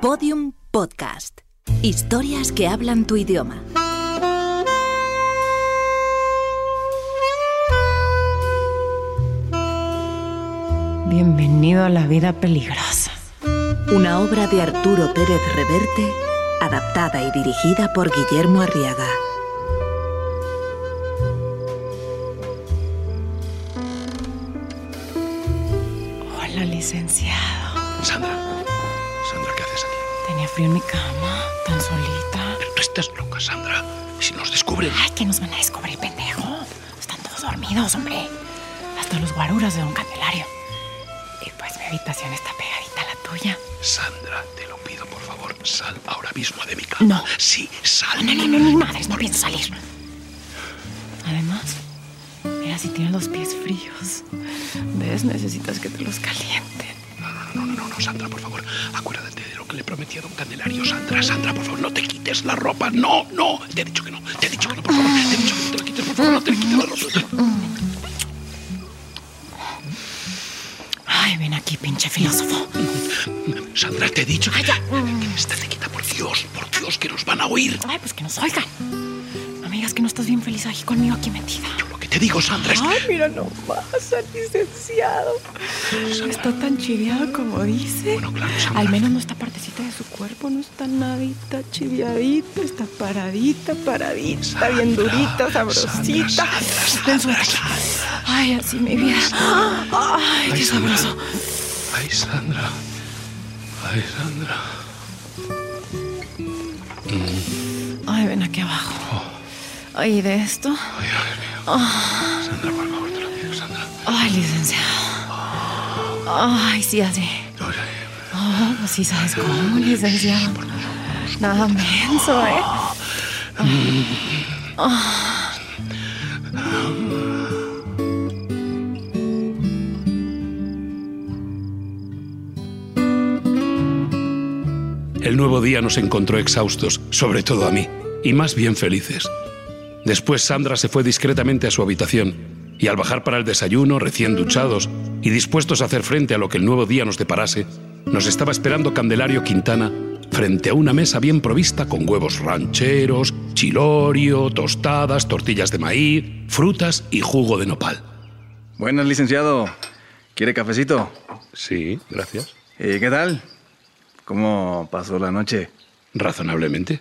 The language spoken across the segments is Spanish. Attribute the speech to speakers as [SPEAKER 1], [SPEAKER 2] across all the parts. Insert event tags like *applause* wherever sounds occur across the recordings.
[SPEAKER 1] Podium Podcast. Historias que hablan tu idioma.
[SPEAKER 2] Bienvenido a la vida peligrosa.
[SPEAKER 1] Una obra de Arturo Pérez Reverte, adaptada y dirigida por Guillermo Arriaga.
[SPEAKER 2] Hola, licenciado.
[SPEAKER 3] Sandra, Sandra, ¿qué haces aquí?
[SPEAKER 2] Tenía frío en mi cama, tan solita.
[SPEAKER 3] Pero tú estás loca, Sandra. Si nos descubren.
[SPEAKER 2] Ay, que nos van a descubrir, pendejo. Están todos dormidos, hombre. Hasta los guaruras de Don Candelario. Y pues mi habitación está pegadita a la tuya.
[SPEAKER 3] Sandra, te lo pido, por favor, sal ahora mismo de mi cama.
[SPEAKER 2] No.
[SPEAKER 3] Sí, sal.
[SPEAKER 2] No, no, no, no, ni madres, no pienso salir. Además, mira si tienes los pies fríos. ¿Ves? Necesitas que te los calienten.
[SPEAKER 3] No, no, no, no, no, no, Sandra, por favor. Acuérdate de lo que le prometí a don Candelario. Sandra, Sandra, por favor, no te quites la ropa. No, no. Te he dicho que no. Te he dicho que no, por favor. Te he dicho que no te la quites, por favor. No te la quites la ropa.
[SPEAKER 2] Ay, ven aquí, pinche filósofo.
[SPEAKER 3] Sandra, te he dicho
[SPEAKER 2] Ah,
[SPEAKER 3] que. que Estate quieta, por Dios, por Dios, que nos van a oír.
[SPEAKER 2] Ay, pues que nos oigan. No me digas que no estás bien feliz aquí conmigo, aquí metida.
[SPEAKER 3] Yo lo que te digo, Sandra, es que.
[SPEAKER 2] Ay, mira nomás al licenciado. Está tan chiviado como dice.
[SPEAKER 3] Bueno, claro, Sandra.
[SPEAKER 2] Al menos no está partecita de su cuerpo, no está nadita chiviadita, está paradita, paradita, bien
[SPEAKER 3] Sandra,
[SPEAKER 2] durita, sabrosita.
[SPEAKER 3] Sandra, Sandra,
[SPEAKER 2] Ven, suéltame.
[SPEAKER 3] Sandra.
[SPEAKER 2] Ay, así mi vida. Ay,
[SPEAKER 3] Ay,
[SPEAKER 2] qué
[SPEAKER 3] Sandra.
[SPEAKER 2] sabroso.
[SPEAKER 3] Ay, Sandra. Ay, Sandra.
[SPEAKER 2] Ay, ven aquí abajo.
[SPEAKER 3] Oh.
[SPEAKER 2] Ay, ¿y de esto.
[SPEAKER 3] Ay, Dios mío. Sandra, por favor, te lo pido, Sandra.
[SPEAKER 2] Ay, licenciado. Ay, sí, así.
[SPEAKER 3] Ay,
[SPEAKER 2] Oh, pues sí, sabes cómo, licenciado. Nada menso, ¿eh?
[SPEAKER 3] El nuevo día nos encontró exhaustos, sobre todo a mí, y más bien felices. Después Sandra se fue discretamente a su habitación, y al bajar para el desayuno, recién duchados y dispuestos a hacer frente a lo que el nuevo día nos deparase, nos estaba esperando Candelario Quintana frente a una mesa bien provista con huevos rancheros, chilorio, tostadas, tortillas de maíz, frutas y jugo de nopal.
[SPEAKER 4] Buenas, licenciado. ¿Quiere cafecito?
[SPEAKER 3] Sí, gracias.
[SPEAKER 4] Eh, ¿Qué tal? ¿Cómo pasó la noche?
[SPEAKER 3] Razonablemente.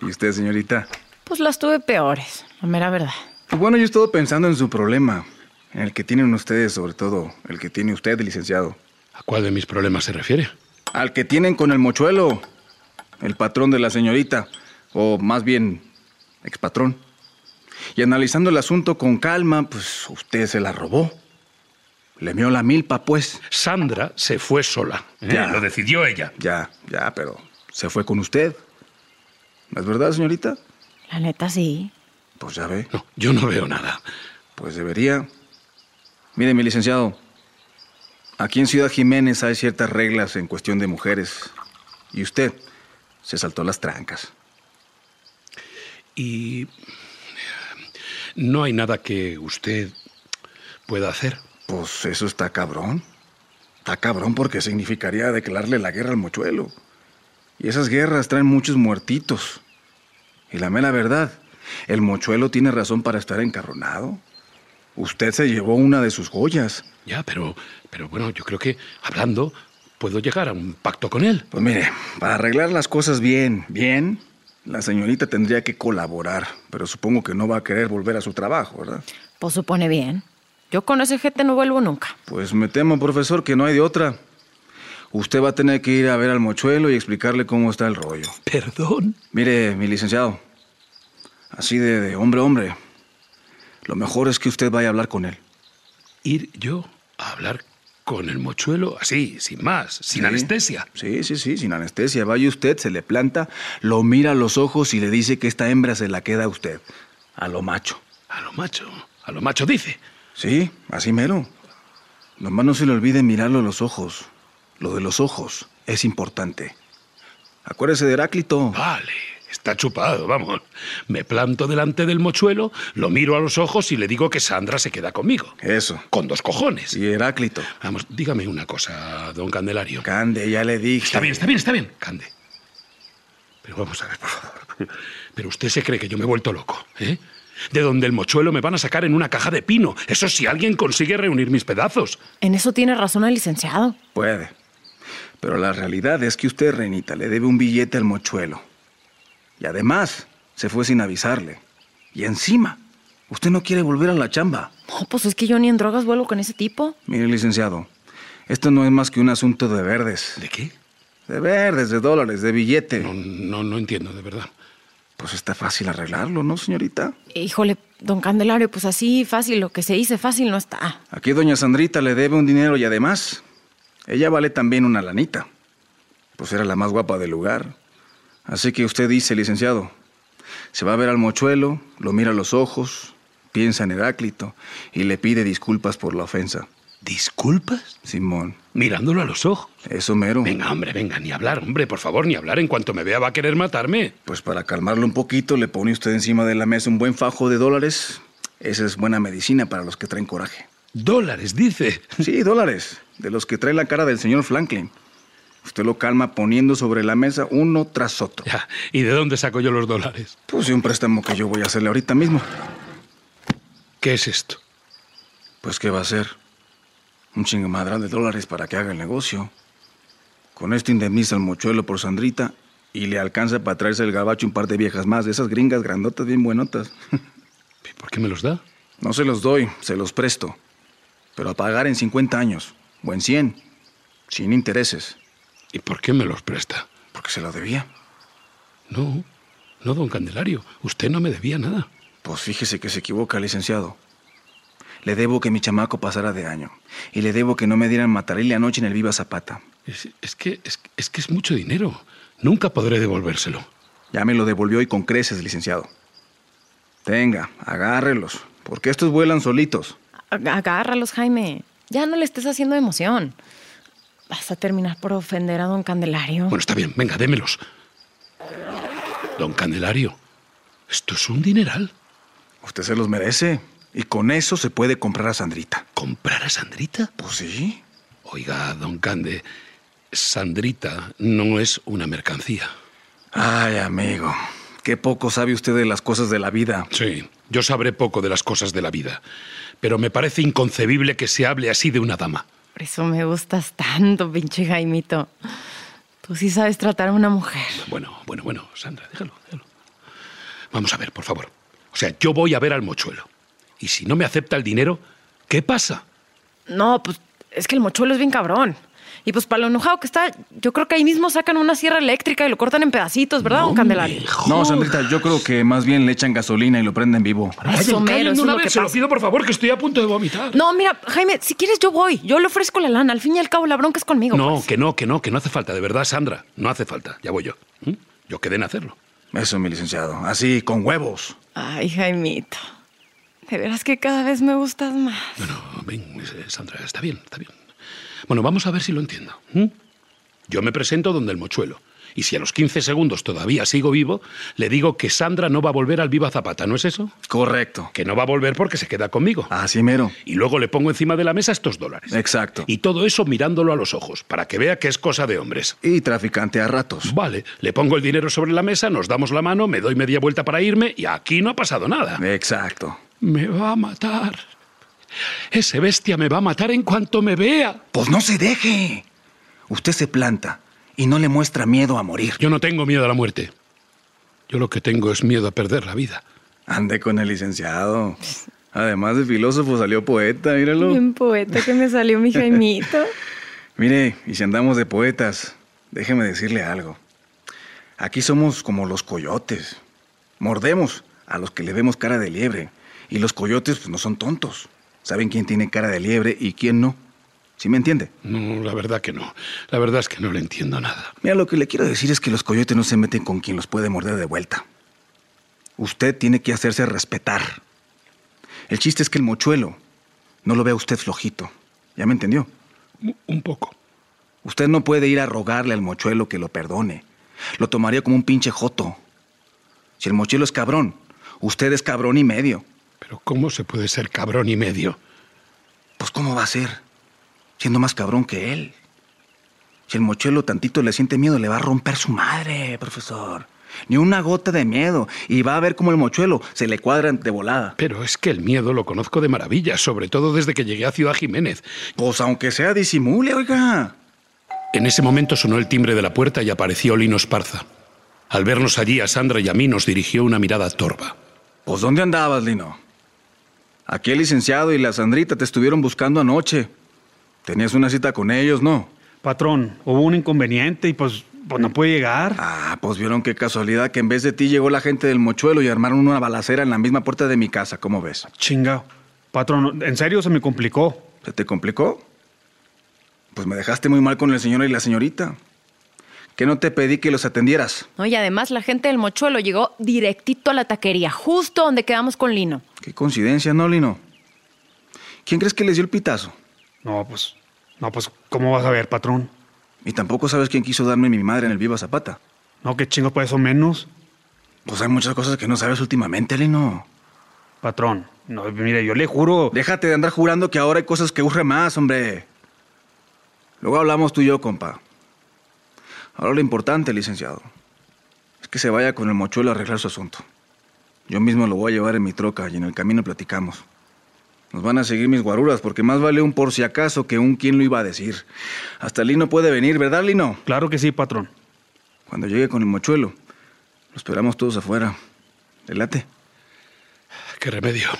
[SPEAKER 4] ¿Y usted, señorita?
[SPEAKER 2] Pues las tuve peores, la mera verdad.
[SPEAKER 4] Pues bueno, yo he estado pensando en su problema, en el que tienen ustedes, sobre todo, el que tiene usted, licenciado.
[SPEAKER 3] ¿A cuál de mis problemas se refiere?
[SPEAKER 4] Al que tienen con el mochuelo, el patrón de la señorita, o más bien, expatrón. Y analizando el asunto con calma, pues usted se la robó. Le mió la milpa, pues.
[SPEAKER 3] Sandra se fue sola. ¿eh?
[SPEAKER 4] Ya.
[SPEAKER 3] Lo decidió ella.
[SPEAKER 4] Ya, ya, pero se fue con usted. ¿No es verdad, señorita?
[SPEAKER 2] La neta sí.
[SPEAKER 4] Pues ya ve.
[SPEAKER 3] No, yo no veo nada.
[SPEAKER 4] Pues debería. Mire, mi licenciado, aquí en Ciudad Jiménez hay ciertas reglas en cuestión de mujeres. Y usted se saltó las trancas.
[SPEAKER 3] Y eh, no hay nada que usted pueda hacer.
[SPEAKER 4] Pues eso está cabrón. Está cabrón porque significaría declararle la guerra al mochuelo. Y esas guerras traen muchos muertitos. Y la mera verdad, el mochuelo tiene razón para estar encarronado. Usted se llevó una de sus joyas.
[SPEAKER 3] Ya, pero, pero bueno, yo creo que hablando puedo llegar a un pacto con él.
[SPEAKER 4] Pues mire, para arreglar las cosas bien, bien, la señorita tendría que colaborar, pero supongo que no va a querer volver a su trabajo, ¿verdad?
[SPEAKER 2] Pues supone bien. Yo con ese gente no vuelvo nunca.
[SPEAKER 4] Pues me temo, profesor, que no hay de otra. Usted va a tener que ir a ver al mochuelo y explicarle cómo está el rollo.
[SPEAKER 3] Perdón.
[SPEAKER 4] Mire, mi licenciado, así de, de hombre a hombre, lo mejor es que usted vaya a hablar con él.
[SPEAKER 3] Ir yo a hablar con el mochuelo así, sin más, sin
[SPEAKER 4] Sí.
[SPEAKER 3] anestesia.
[SPEAKER 4] Sí, sí, sí, sin anestesia. Vaya usted, se le planta, lo mira a los ojos y le dice que esta hembra se la queda a usted, a lo macho.
[SPEAKER 3] A lo macho, a lo macho dice.
[SPEAKER 4] Sí, así mero. Nomás no se le olvide mirarlo a los ojos.
[SPEAKER 3] Ah.
[SPEAKER 4] Lo de los ojos es importante. Acuérdese de Heráclito.
[SPEAKER 3] Vale, Está chupado, vamos. Me planto delante del mochuelo, lo miro a los ojos y le digo que Sandra se queda conmigo.
[SPEAKER 4] Eso.
[SPEAKER 3] Con dos cojones.
[SPEAKER 4] Y Heráclito.
[SPEAKER 3] Vamos, dígame una cosa, don Candelario.
[SPEAKER 4] Cande, ya le dije.
[SPEAKER 3] Está bien, está bien, está bien. Cande. Pero vamos a ver, por favor. Pero usted se cree que yo me he vuelto loco, ¿eh? De donde el mochuelo me van a sacar en una caja de pino. Eso si alguien consigue reunir mis pedazos.
[SPEAKER 2] En eso tiene razón el licenciado.
[SPEAKER 4] Puede. Pero la realidad es que usted, Renita, le debe un billete al mochuelo. Y además, se fue sin avisarle. Y encima, usted no quiere volver a la chamba.
[SPEAKER 2] No, pues es que yo ni en drogas vuelvo con ese tipo.
[SPEAKER 4] Mire, licenciado, esto no es más que un asunto de verdes.
[SPEAKER 3] ¿De qué?
[SPEAKER 4] De verdes, de dólares, de billete.
[SPEAKER 3] No, no, no entiendo, de verdad.
[SPEAKER 4] Pues está fácil arreglarlo, ¿no, señorita?
[SPEAKER 2] Híjole, don Candelario, pues así fácil, lo que se dice fácil no está.
[SPEAKER 4] Aquí doña Sandrita le debe un dinero y además, ella vale también una lanita. Pues era la más guapa del lugar. Así que usted dice, licenciado, se va a ver al mochuelo, lo mira a los ojos, piensa en Heráclito y le pide disculpas por la ofensa.
[SPEAKER 3] ¿Disculpas?
[SPEAKER 4] Simón,
[SPEAKER 3] Mirándolo a los ojos.
[SPEAKER 4] eso mero.
[SPEAKER 3] Venga, hombre, venga, ni hablar, hombre, por favor, ni hablar. En cuanto me vea va a querer matarme.
[SPEAKER 4] Pues para calmarlo un poquito, le pone usted encima de la mesa un buen fajo de dólares. Esa es buena medicina para los que traen coraje.
[SPEAKER 3] Dólares, dice.
[SPEAKER 4] Sí, dólares, de los que trae la cara del señor Franklin. Usted lo calma poniendo sobre la mesa uno tras otro.
[SPEAKER 3] Ya, ¿y de dónde saco yo los dólares?
[SPEAKER 4] Pues de un préstamo que yo voy a hacerle ahorita mismo.
[SPEAKER 3] ¿Qué es esto?
[SPEAKER 4] Pues ¿qué va a hacer? Un chingamadral de dólares para que haga el negocio. Con esto indemniza al mochuelo por Sandrita y le alcanza para traerse el gabacho un par de viejas más, de esas gringas grandotas bien buenotas. *laughs*
[SPEAKER 3] ¿Y ¿Por qué me los da?
[SPEAKER 4] No se los doy, se los presto. Pero a pagar en 50 años, o en 100, sin intereses,
[SPEAKER 3] ¿Y por qué me los presta?
[SPEAKER 4] porque se lo debía.
[SPEAKER 3] No, no, don Candelario, usted no me debía nada.
[SPEAKER 4] Pues fíjese que se equivoca, licenciado. Le debo que mi chamaco pasara de año. Y le debo que no me dieran mataril anoche en el Viva Zapata.
[SPEAKER 3] Es, es que, es, es que es mucho dinero. Nunca podré devolvérselo.
[SPEAKER 4] Ya me lo devolvió y con creces, licenciado. Tenga, agárrelos, porque estos vuelan solitos.
[SPEAKER 2] Ag- Agárralos, Jaime. Ya no le estés haciendo emoción. Vas a terminar por ofender a don Candelario.
[SPEAKER 3] Bueno, está bien, venga, démelos. Don Candelario, esto es un dineral.
[SPEAKER 4] Usted se los merece. Y con eso se puede comprar a Sandrita.
[SPEAKER 3] ¿Comprar a Sandrita?
[SPEAKER 4] Pues sí.
[SPEAKER 3] Oiga, don Cande, Sandrita no es una mercancía.
[SPEAKER 4] Ay, amigo. Qué poco sabe usted de las cosas de la vida.
[SPEAKER 3] Sí, yo sabré poco de las cosas de la vida, pero me parece inconcebible que se hable así de una dama.
[SPEAKER 2] Por eso me gustas tanto, pinche Jaimito. Tú sí sabes tratar a una mujer.
[SPEAKER 3] Bueno, bueno, bueno, Sandra, déjalo, déjalo. Vamos a ver, por favor. O sea, yo voy a ver al mochuelo. Y si no me acepta el dinero, ¿qué pasa?
[SPEAKER 2] No, pues es que el mochuelo es bien cabrón. Y pues para lo enojado que está, yo creo que ahí mismo sacan una sierra eléctrica y lo cortan en pedacitos, ¿verdad, don Candelario?
[SPEAKER 4] No, Sandrita, yo creo que más bien le echan gasolina y lo prenden vivo.
[SPEAKER 2] Eso
[SPEAKER 3] Don
[SPEAKER 2] mero, eso
[SPEAKER 3] Carlos,
[SPEAKER 2] es
[SPEAKER 3] una
[SPEAKER 2] lo
[SPEAKER 3] vez,
[SPEAKER 2] que
[SPEAKER 3] se lo
[SPEAKER 2] pasa.
[SPEAKER 3] pido, por favor, que estoy a punto de vomitar.
[SPEAKER 2] No, mira, Jaime, si quieres yo voy. Yo le ofrezco la lana. Al fin y al cabo la bronca es conmigo.
[SPEAKER 3] No,
[SPEAKER 2] pues.
[SPEAKER 3] que no, que no, que no hace falta, de verdad, Sandra. No hace falta, ya voy yo. ¿Mm? Yo quedé en hacerlo.
[SPEAKER 4] Eso, mi licenciado. Así, con huevos.
[SPEAKER 2] Ay, Jaimito. De veras que cada vez me gustas más.
[SPEAKER 3] No, ven, eh, Sandra, está bien, está bien. Bueno, vamos a ver si lo entiendo. ¿Mm? Yo me presento donde el mochuelo. Y si a los 15 segundos todavía sigo vivo, le digo que Sandra no va a volver al Viva Zapata, ¿no es eso?
[SPEAKER 4] Correcto.
[SPEAKER 3] Que no va a volver porque se queda conmigo.
[SPEAKER 4] Así mero.
[SPEAKER 3] Y luego le pongo encima de la mesa estos dólares.
[SPEAKER 4] Exacto.
[SPEAKER 3] Y todo eso mirándolo a los ojos, para que vea que es cosa de hombres.
[SPEAKER 4] Y traficante a ratos.
[SPEAKER 3] Vale, le pongo el dinero sobre la mesa, nos damos la mano, me doy media vuelta para irme y aquí no ha pasado nada.
[SPEAKER 4] Exacto.
[SPEAKER 3] Me va a matar. Ese bestia me va a matar en cuanto me vea.
[SPEAKER 4] Pues no se deje. Usted se planta y no le muestra miedo a morir.
[SPEAKER 3] Yo no tengo miedo a la muerte. Yo lo que tengo es miedo a perder la vida.
[SPEAKER 4] Ande con el licenciado. Además de filósofo salió poeta, míralo.
[SPEAKER 2] Bien poeta que me salió mi Jaimito.
[SPEAKER 4] *laughs* Mire, y si andamos de poetas, déjeme decirle algo. Aquí somos como los coyotes. Mordemos a los que le vemos cara de liebre. Y los coyotes pues, no son tontos. Saben quién tiene cara de liebre y quién no. ¿Sí me entiende?
[SPEAKER 3] No, la verdad que no. La verdad es que no le entiendo nada.
[SPEAKER 4] Mira, lo que le quiero decir es que los coyotes no se meten con quien los puede morder de vuelta. Usted tiene que hacerse respetar. El chiste es que el mochuelo no lo vea usted flojito. ¿Ya me entendió?
[SPEAKER 3] Un- Un poco.
[SPEAKER 4] Usted no puede ir a rogarle al mochuelo que lo perdone. Lo tomaría como un pinche joto. Si el mochilo es cabrón, usted es cabrón y medio.
[SPEAKER 3] Pero ¿cómo se puede ser cabrón y medio?
[SPEAKER 4] Pues ¿cómo va a ser? Siendo más cabrón que él. Si el mochelo tantito le siente miedo, le va a romper su madre, profesor. Ni una gota de miedo. Y va a ver cómo el mochuelo se le cuadra de volada.
[SPEAKER 3] Pero es que el miedo lo conozco de maravilla, sobre todo desde que llegué a Ciudad Jiménez.
[SPEAKER 4] Pues aunque sea disimule, oiga.
[SPEAKER 3] En ese momento sonó el timbre de la puerta y apareció Lino Esparza. Al vernos allí, a Sandra y a mí nos dirigió una mirada torva.
[SPEAKER 4] Pues ¿dónde andabas, Lino? Aquí el licenciado y la Sandrita te estuvieron buscando anoche. Tenías una cita con ellos, ¿no?
[SPEAKER 5] Patrón, hubo un inconveniente y pues, pues no pude llegar.
[SPEAKER 4] Ah, pues vieron qué casualidad que en vez de ti llegó la gente del mochuelo y armaron una balacera en la misma puerta de mi casa, ¿cómo ves?
[SPEAKER 5] Chingao. Patrón, en serio se me complicó.
[SPEAKER 4] ¿Se te complicó? Pues me dejaste muy mal con el señor y la señorita. Que no te pedí que los atendieras.
[SPEAKER 2] No, y además la gente del mochuelo llegó directito a la taquería, justo donde quedamos con Lino.
[SPEAKER 4] Qué coincidencia, ¿no, Lino? ¿Quién crees que les dio el pitazo?
[SPEAKER 5] No, pues, no, pues, ¿cómo vas a ver, patrón?
[SPEAKER 4] Y tampoco sabes quién quiso darme mi madre en el Viva Zapata.
[SPEAKER 5] No, qué chingo para eso menos.
[SPEAKER 4] Pues hay muchas cosas que no sabes últimamente, Lino.
[SPEAKER 5] Patrón, no, mire, yo le juro.
[SPEAKER 4] Déjate de andar jurando que ahora hay cosas que urge más, hombre. Luego hablamos tú y yo, compa. Ahora lo importante, licenciado, es que se vaya con el mochuelo a arreglar su asunto. Yo mismo lo voy a llevar en mi troca y en el camino platicamos. Nos van a seguir mis guaruras porque más vale un por si acaso que un quién lo iba a decir. Hasta Lino puede venir, ¿verdad, Lino?
[SPEAKER 5] Claro que sí, patrón.
[SPEAKER 4] Cuando llegue con el mochuelo, lo esperamos todos afuera. Delate.
[SPEAKER 3] Ah, Qué remedio.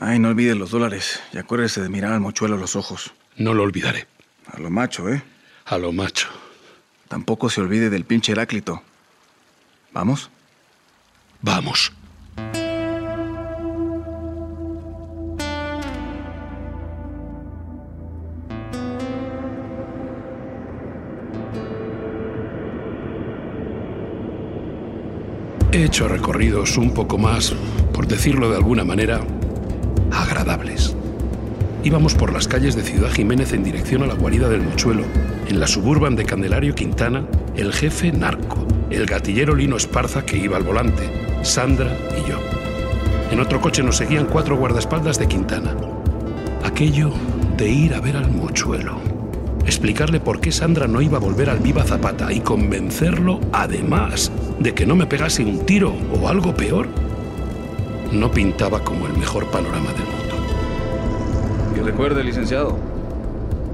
[SPEAKER 4] Ay, no olvides los dólares y acuérdese de mirar al mochuelo a los ojos.
[SPEAKER 3] No lo olvidaré.
[SPEAKER 4] A lo macho, ¿eh?
[SPEAKER 3] A lo macho.
[SPEAKER 4] Tampoco se olvide del pinche Heráclito. ¿Vamos?
[SPEAKER 3] Vamos. He hecho recorridos un poco más, por decirlo de alguna manera, agradables. Íbamos por las calles de Ciudad Jiménez en dirección a la guarida del Mochuelo. En la suburban de Candelario Quintana, el jefe narco, el gatillero Lino Esparza que iba al volante, Sandra y yo. En otro coche nos seguían cuatro guardaespaldas de Quintana. Aquello de ir a ver al Mochuelo. Explicarle por qué Sandra no iba a volver al Viva Zapata y convencerlo, además, de que no me pegase un tiro o algo peor, no pintaba como el mejor panorama del mundo.
[SPEAKER 4] Que recuerde, licenciado.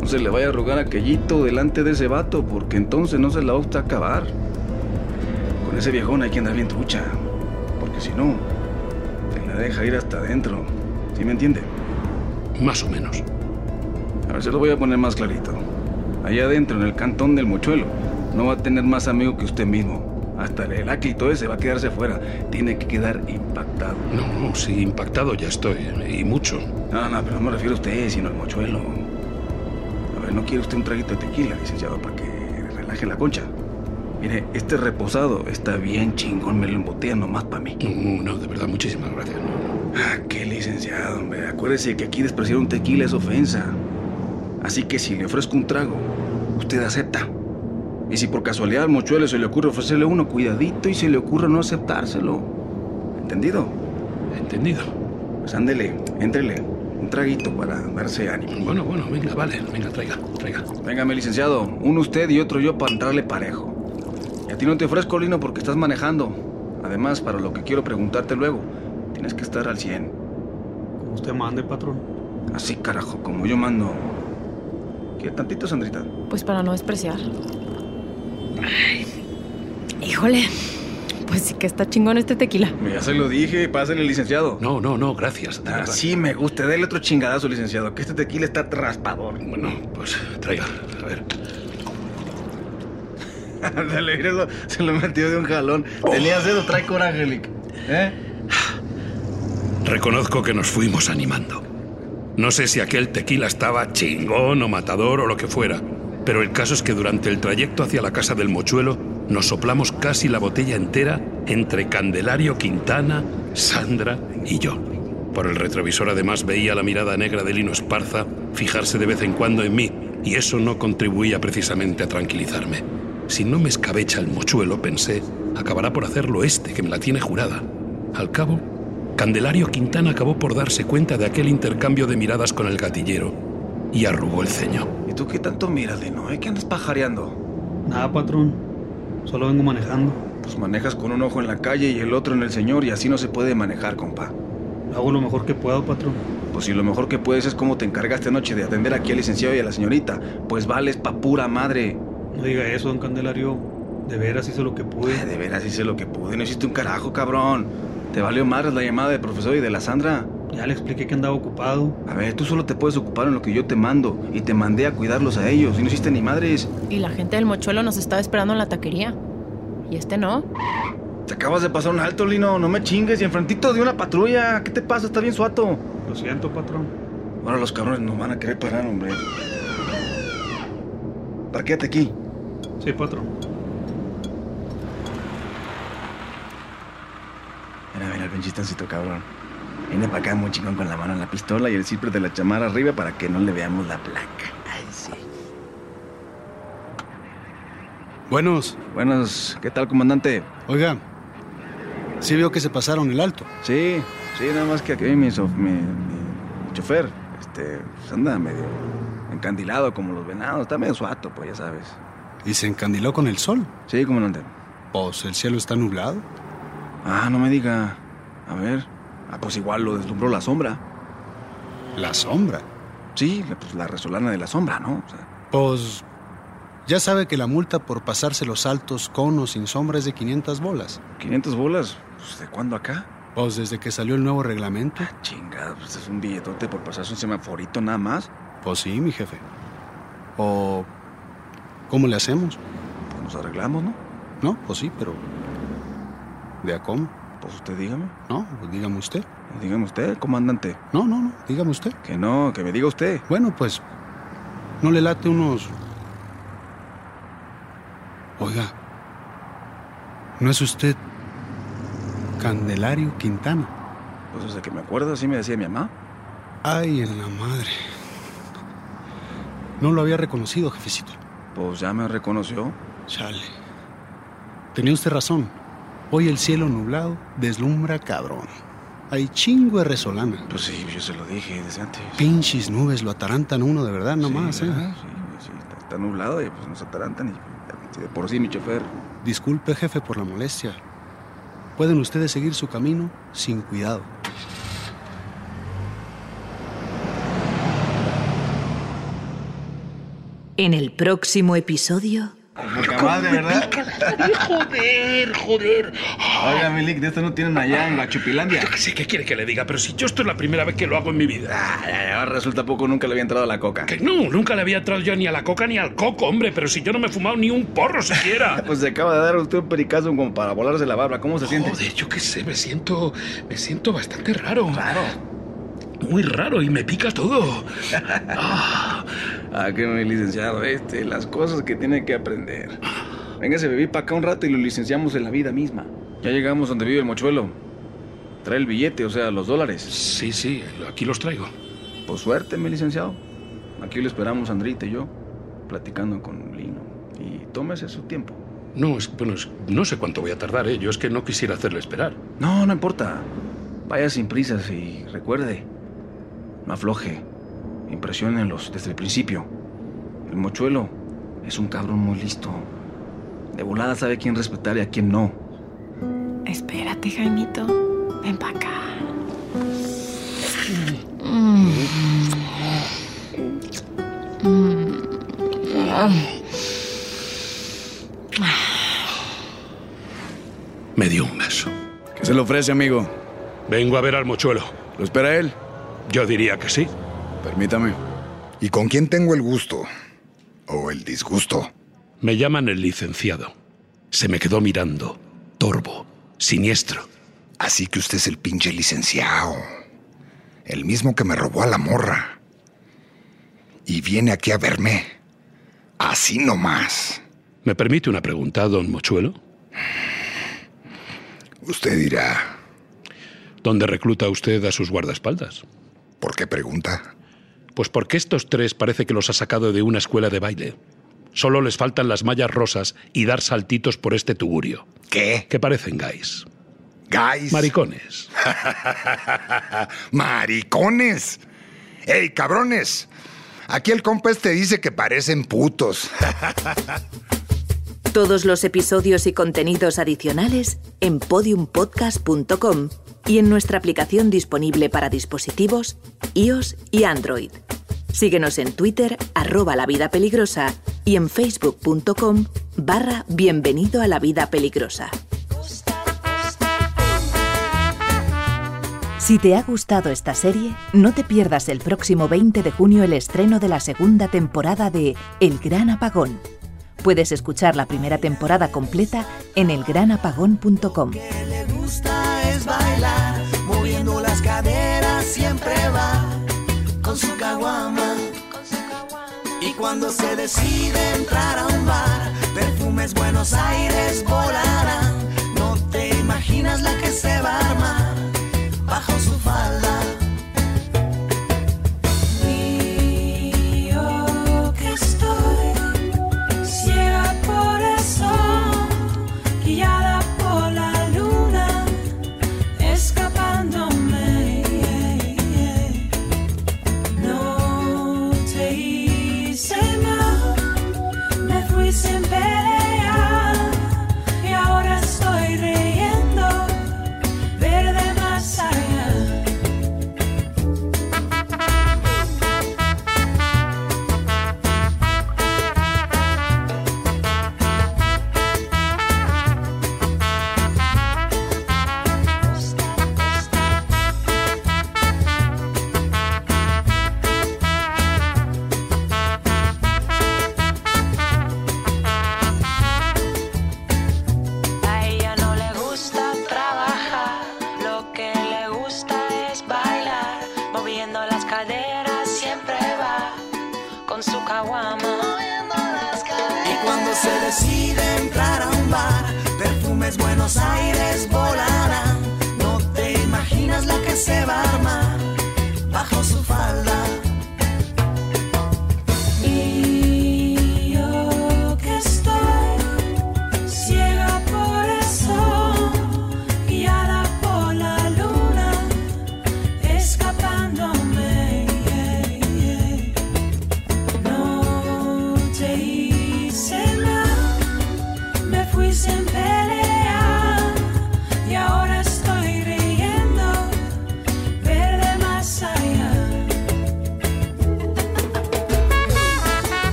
[SPEAKER 4] No se le vaya a rogar aquellito delante de ese vato, porque entonces no se la va a usted acabar. Con ese viejón hay que andar bien trucha, porque si no, te la deja ir hasta adentro. ¿Sí me entiende?
[SPEAKER 3] Más o menos.
[SPEAKER 4] A ver, se lo voy a poner más clarito. Allá adentro, en el cantón del mochuelo, no va a tener más amigo que usted mismo. Hasta el heráclito ese va a quedarse fuera. Tiene que quedar impactado.
[SPEAKER 3] No, no, sí, impactado ya estoy, y mucho.
[SPEAKER 4] No, no, pero no me refiero a usted, sino al mochuelo. A ver, ¿no quiere usted un traguito de tequila, licenciado, para que relaje la concha? Mire, este reposado está bien chingón, me lo embotean nomás para mí.
[SPEAKER 3] No, no, de verdad, muchísimas gracias. No, no.
[SPEAKER 4] Ah, qué licenciado, hombre. Acuérdese que aquí despreciar un tequila es ofensa. Así que si le ofrezco un trago, usted acepta. Y si por casualidad al mochuelo se le ocurre ofrecerle uno, cuidadito y se le ocurre no aceptárselo. ¿Entendido?
[SPEAKER 3] Entendido.
[SPEAKER 4] Pues ándele, entrele. Un traguito para darse ánimo.
[SPEAKER 3] Bueno, bueno, venga, vale, venga, traiga, traiga.
[SPEAKER 4] Véngame, licenciado. Uno usted y otro yo para entrarle parejo. Y a ti no te ofrezco, Lino, porque estás manejando. Además, para lo que quiero preguntarte luego, tienes que estar al 100.
[SPEAKER 5] Usted mande, patrón.
[SPEAKER 4] Así, carajo, como yo mando. ¿Qué tantito, Sandrita?
[SPEAKER 2] Pues para no despreciar. Ay, híjole, pues sí que está chingón este tequila.
[SPEAKER 4] Ya se lo dije, pásale, licenciado.
[SPEAKER 3] No, no, no, gracias. de verdad.
[SPEAKER 4] Así me gusta. Dele otro chingadazo, licenciado, que este tequila está raspador. *laughs*
[SPEAKER 3] Bueno, pues traiga, a ver.
[SPEAKER 4] Ándale, míralo, se lo metió de un jalón. Tenía sed, trae coraje, Lic. ¿Eh?
[SPEAKER 3] Reconozco que nos fuimos animando. No sé si aquel tequila estaba chingón o matador o lo que fuera, pero el caso es que durante el trayecto hacia la casa del mochuelo nos soplamos casi la botella entera entre Candelario Quintana, Sandra y yo. Por el retrovisor además veía la mirada negra de Lino Esparza fijarse de vez en cuando en mí y eso no contribuía precisamente a tranquilizarme. Si no me escabecha el mochuelo, pensé, acabará por hacerlo este, que me la tiene jurada. Al cabo, Candelario Quintana acabó por darse cuenta de aquel intercambio de miradas con el gatillero y arrugó el ceño.
[SPEAKER 4] ¿Y tú qué tanto miras, Lino? ¿Eh? ¿Qué andas pajareando?
[SPEAKER 5] Nada, patrón. Solo vengo manejando.
[SPEAKER 4] Pues manejas con un ojo en la calle y el otro en el señor y así no se puede manejar, compa.
[SPEAKER 5] Hago lo mejor que puedo, patrón.
[SPEAKER 4] Pues si lo mejor que puedes es como te encargaste anoche de atender aquí al licenciado y a la señorita, pues vales pa' pura madre.
[SPEAKER 5] No diga eso, don Candelario. De veras hice lo que
[SPEAKER 4] Ay,
[SPEAKER 5] pude.
[SPEAKER 4] Ah, de veras hice lo que pude, no hiciste un carajo, cabrón. Te valió madres la llamada del profesor y de la Sandra.
[SPEAKER 5] Ya le expliqué que andaba ocupado.
[SPEAKER 4] A ver, tú solo te puedes ocupar en lo que yo te mando y te mandé a cuidarlos a ellos y no hiciste ni madres.
[SPEAKER 2] Y la gente del mochuelo nos estaba esperando en la taquería. Y este no.
[SPEAKER 4] Te acabas de pasar un alto, Lino, no me chingues y enfrentito de una patrulla. ¿Qué te pasa? Está bien suato.
[SPEAKER 5] Lo siento, patrón.
[SPEAKER 4] Ahora los cabrones nos van a querer parar, hombre. Parquéate aquí.
[SPEAKER 5] Sí, patrón.
[SPEAKER 4] Mira, mira, el pinchistancito cabrón. Viene para acá muy chingón con la mano en la pistola y el cipre de la chamarra arriba para que no le veamos la placa. Ay, sí.
[SPEAKER 6] Buenos,
[SPEAKER 4] Buenos, ¿qué tal, comandante?
[SPEAKER 6] oiga, sí veo que se pasaron el alto.
[SPEAKER 4] Sí, sí, nada más que aquí mi, sof- mi- mi chofer, este, pues anda medio encandilado como los venados, está medio suato, pues ya sabes.
[SPEAKER 6] Y se encandiló con el sol.
[SPEAKER 4] Sí, comandante.
[SPEAKER 6] Pues el cielo está nublado.
[SPEAKER 4] Ah, no me diga. A ver. Ah, pues igual lo deslumbró la sombra.
[SPEAKER 6] La sombra.
[SPEAKER 4] Sí, la- pues la resolana de la sombra, ¿no? O sea,
[SPEAKER 6] Pues ya sabe que la multa por pasarse los altos con o sin sombra es de 500 bolas.
[SPEAKER 4] 500 bolas, pues ¿de cuándo acá?
[SPEAKER 6] Pues desde que salió el nuevo reglamento.
[SPEAKER 4] Chingada, pues es un billetote por pasarse un semaforito nada más.
[SPEAKER 6] Pues sí, mi jefe. O ¿cómo le hacemos?
[SPEAKER 4] Pues nos arreglamos, ¿no?
[SPEAKER 6] No, pues sí, pero ¿de a cómo?
[SPEAKER 4] Pues usted dígame.
[SPEAKER 6] No, pues dígame usted.
[SPEAKER 4] Dígame usted, comandante.
[SPEAKER 6] No, no, no, dígame usted.
[SPEAKER 4] Que no, que me diga usted.
[SPEAKER 6] Bueno, pues, ¿no le late unos... Oiga, ¿no es usted Candelario Quintana?
[SPEAKER 4] Pues desde que me acuerdo, así me decía mi mamá.
[SPEAKER 6] Ay, en la madre. No lo había reconocido, jefecito.
[SPEAKER 4] Pues ya me reconoció.
[SPEAKER 6] Chale. Tenía usted razón. Hoy el cielo nublado deslumbra cabrón. Hay chingo de resolana.
[SPEAKER 4] Pues sí, yo se lo dije desde antes.
[SPEAKER 6] Pinches nubes lo atarantan a uno de verdad nomás,
[SPEAKER 4] sí,
[SPEAKER 6] ¿eh?
[SPEAKER 4] ¿verdad? Sí, sí, está, está nublado y pues nos atarantan y si de por sí mi chofer.
[SPEAKER 6] Disculpe, jefe, por la molestia. Pueden ustedes seguir su camino sin cuidado.
[SPEAKER 1] En el próximo episodio,
[SPEAKER 4] madre, ¿verdad?
[SPEAKER 3] Joder, joder.
[SPEAKER 4] Oiga, Milik, de esto no tienen allá en Gachupilandia.
[SPEAKER 3] Sí, ¿qué quiere que le diga? Pero si yo esto es la primera vez que lo hago en mi vida.
[SPEAKER 4] Ahora Ah, resulta poco, nunca le había entrado la coca.
[SPEAKER 3] Que no, nunca le había traído yo ni a la coca ni al coco, hombre, pero si yo no me he fumado ni un porro *laughs* siquiera.
[SPEAKER 4] Pues se acaba de dar usted un pericazo como para volarse la barba. ¿Cómo se siente?
[SPEAKER 3] Joder, yo qué sé, me siento. Me siento bastante raro. Raro. Muy raro y me pica todo.
[SPEAKER 4] Ah, que no, licenciado, este, las cosas que tiene que aprender. Véngase, bebí para acá un rato y lo licenciamos en la vida misma. Ya llegamos donde vive el mochuelo. Trae el billete, o sea, los dólares.
[SPEAKER 3] Sí, sí, aquí los traigo.
[SPEAKER 4] Por suerte, mi licenciado. Aquí lo esperamos Andrita y yo, platicando con Lino. Y tómese su tiempo.
[SPEAKER 3] No, es, bueno, es- no sé cuánto voy a tardar, ¿eh? Yo es que no quisiera hacerle esperar.
[SPEAKER 4] No, no importa. Vaya sin prisas y recuerde, no afloje. Impresionenlos desde el principio. El mochuelo es un cabrón muy listo. De volada sabe quién respetar y a quién no.
[SPEAKER 2] Espérate, Jaimito. Ven para acá.
[SPEAKER 3] Me dio un beso.
[SPEAKER 7] ¿Qué se le ofrece, amigo?
[SPEAKER 3] Vengo a ver al mochuelo.
[SPEAKER 7] ¿Lo espera él?
[SPEAKER 3] Yo diría que sí.
[SPEAKER 7] Permítame.
[SPEAKER 8] ¿Y con quién tengo el gusto? ¿O el disgusto?
[SPEAKER 3] Me llaman el licenciado. Se me quedó mirando, torvo, siniestro.
[SPEAKER 8] Así que usted es el pinche licenciado. El mismo que me robó a la morra. Y viene aquí a verme. Así nomás.
[SPEAKER 3] ¿Me permite una pregunta, don Mochuelo?
[SPEAKER 8] Usted dirá,
[SPEAKER 3] ¿Dónde recluta usted a sus guardaespaldas?
[SPEAKER 8] ¿por qué pregunta?
[SPEAKER 3] Pues porque estos tres parece que los ha sacado de una escuela de baile. Solo les faltan las mallas rosas y dar saltitos por este tugurio.
[SPEAKER 8] ¿Qué?
[SPEAKER 3] Que parecen gays.
[SPEAKER 8] ¿Guys?
[SPEAKER 3] Maricones.
[SPEAKER 8] ¡Maricones! ¡Ey, cabrones! Aquí el compa te dice que parecen putos.
[SPEAKER 1] Todos los episodios y contenidos adicionales en podiumpodcast.com y en nuestra aplicación disponible para dispositivos iOS y Android. Síguenos en Twitter, arroba la vida peligrosa y en facebook.com barra bienvenido a la vida peligrosa. Si te ha gustado esta serie, no te pierdas el próximo 20 de junio el estreno de la segunda temporada de El Gran Apagón. Puedes escuchar la primera temporada completa en elgranapagón.com.
[SPEAKER 9] le gusta es bailar, moviendo las caderas siempre va con su caguama. Y cuando se decide entrar